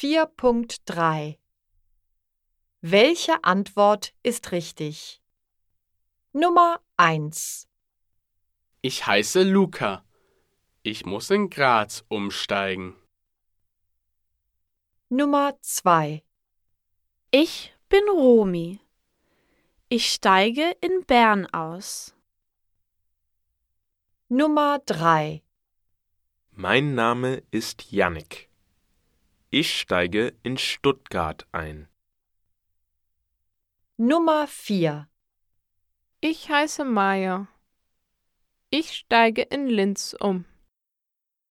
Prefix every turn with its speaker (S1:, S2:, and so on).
S1: 4.3 Welche Antwort ist richtig? Nummer 1
S2: Ich heiße Luca. Ich muss in Graz umsteigen.
S1: Nummer 2
S3: Ich bin Romy. Ich steige in Bern aus.
S1: Nummer 3
S4: Mein Name ist Jannik. Ich steige in Stuttgart ein.
S1: Nummer 4
S5: Ich heiße Maya. Ich steige in Linz um.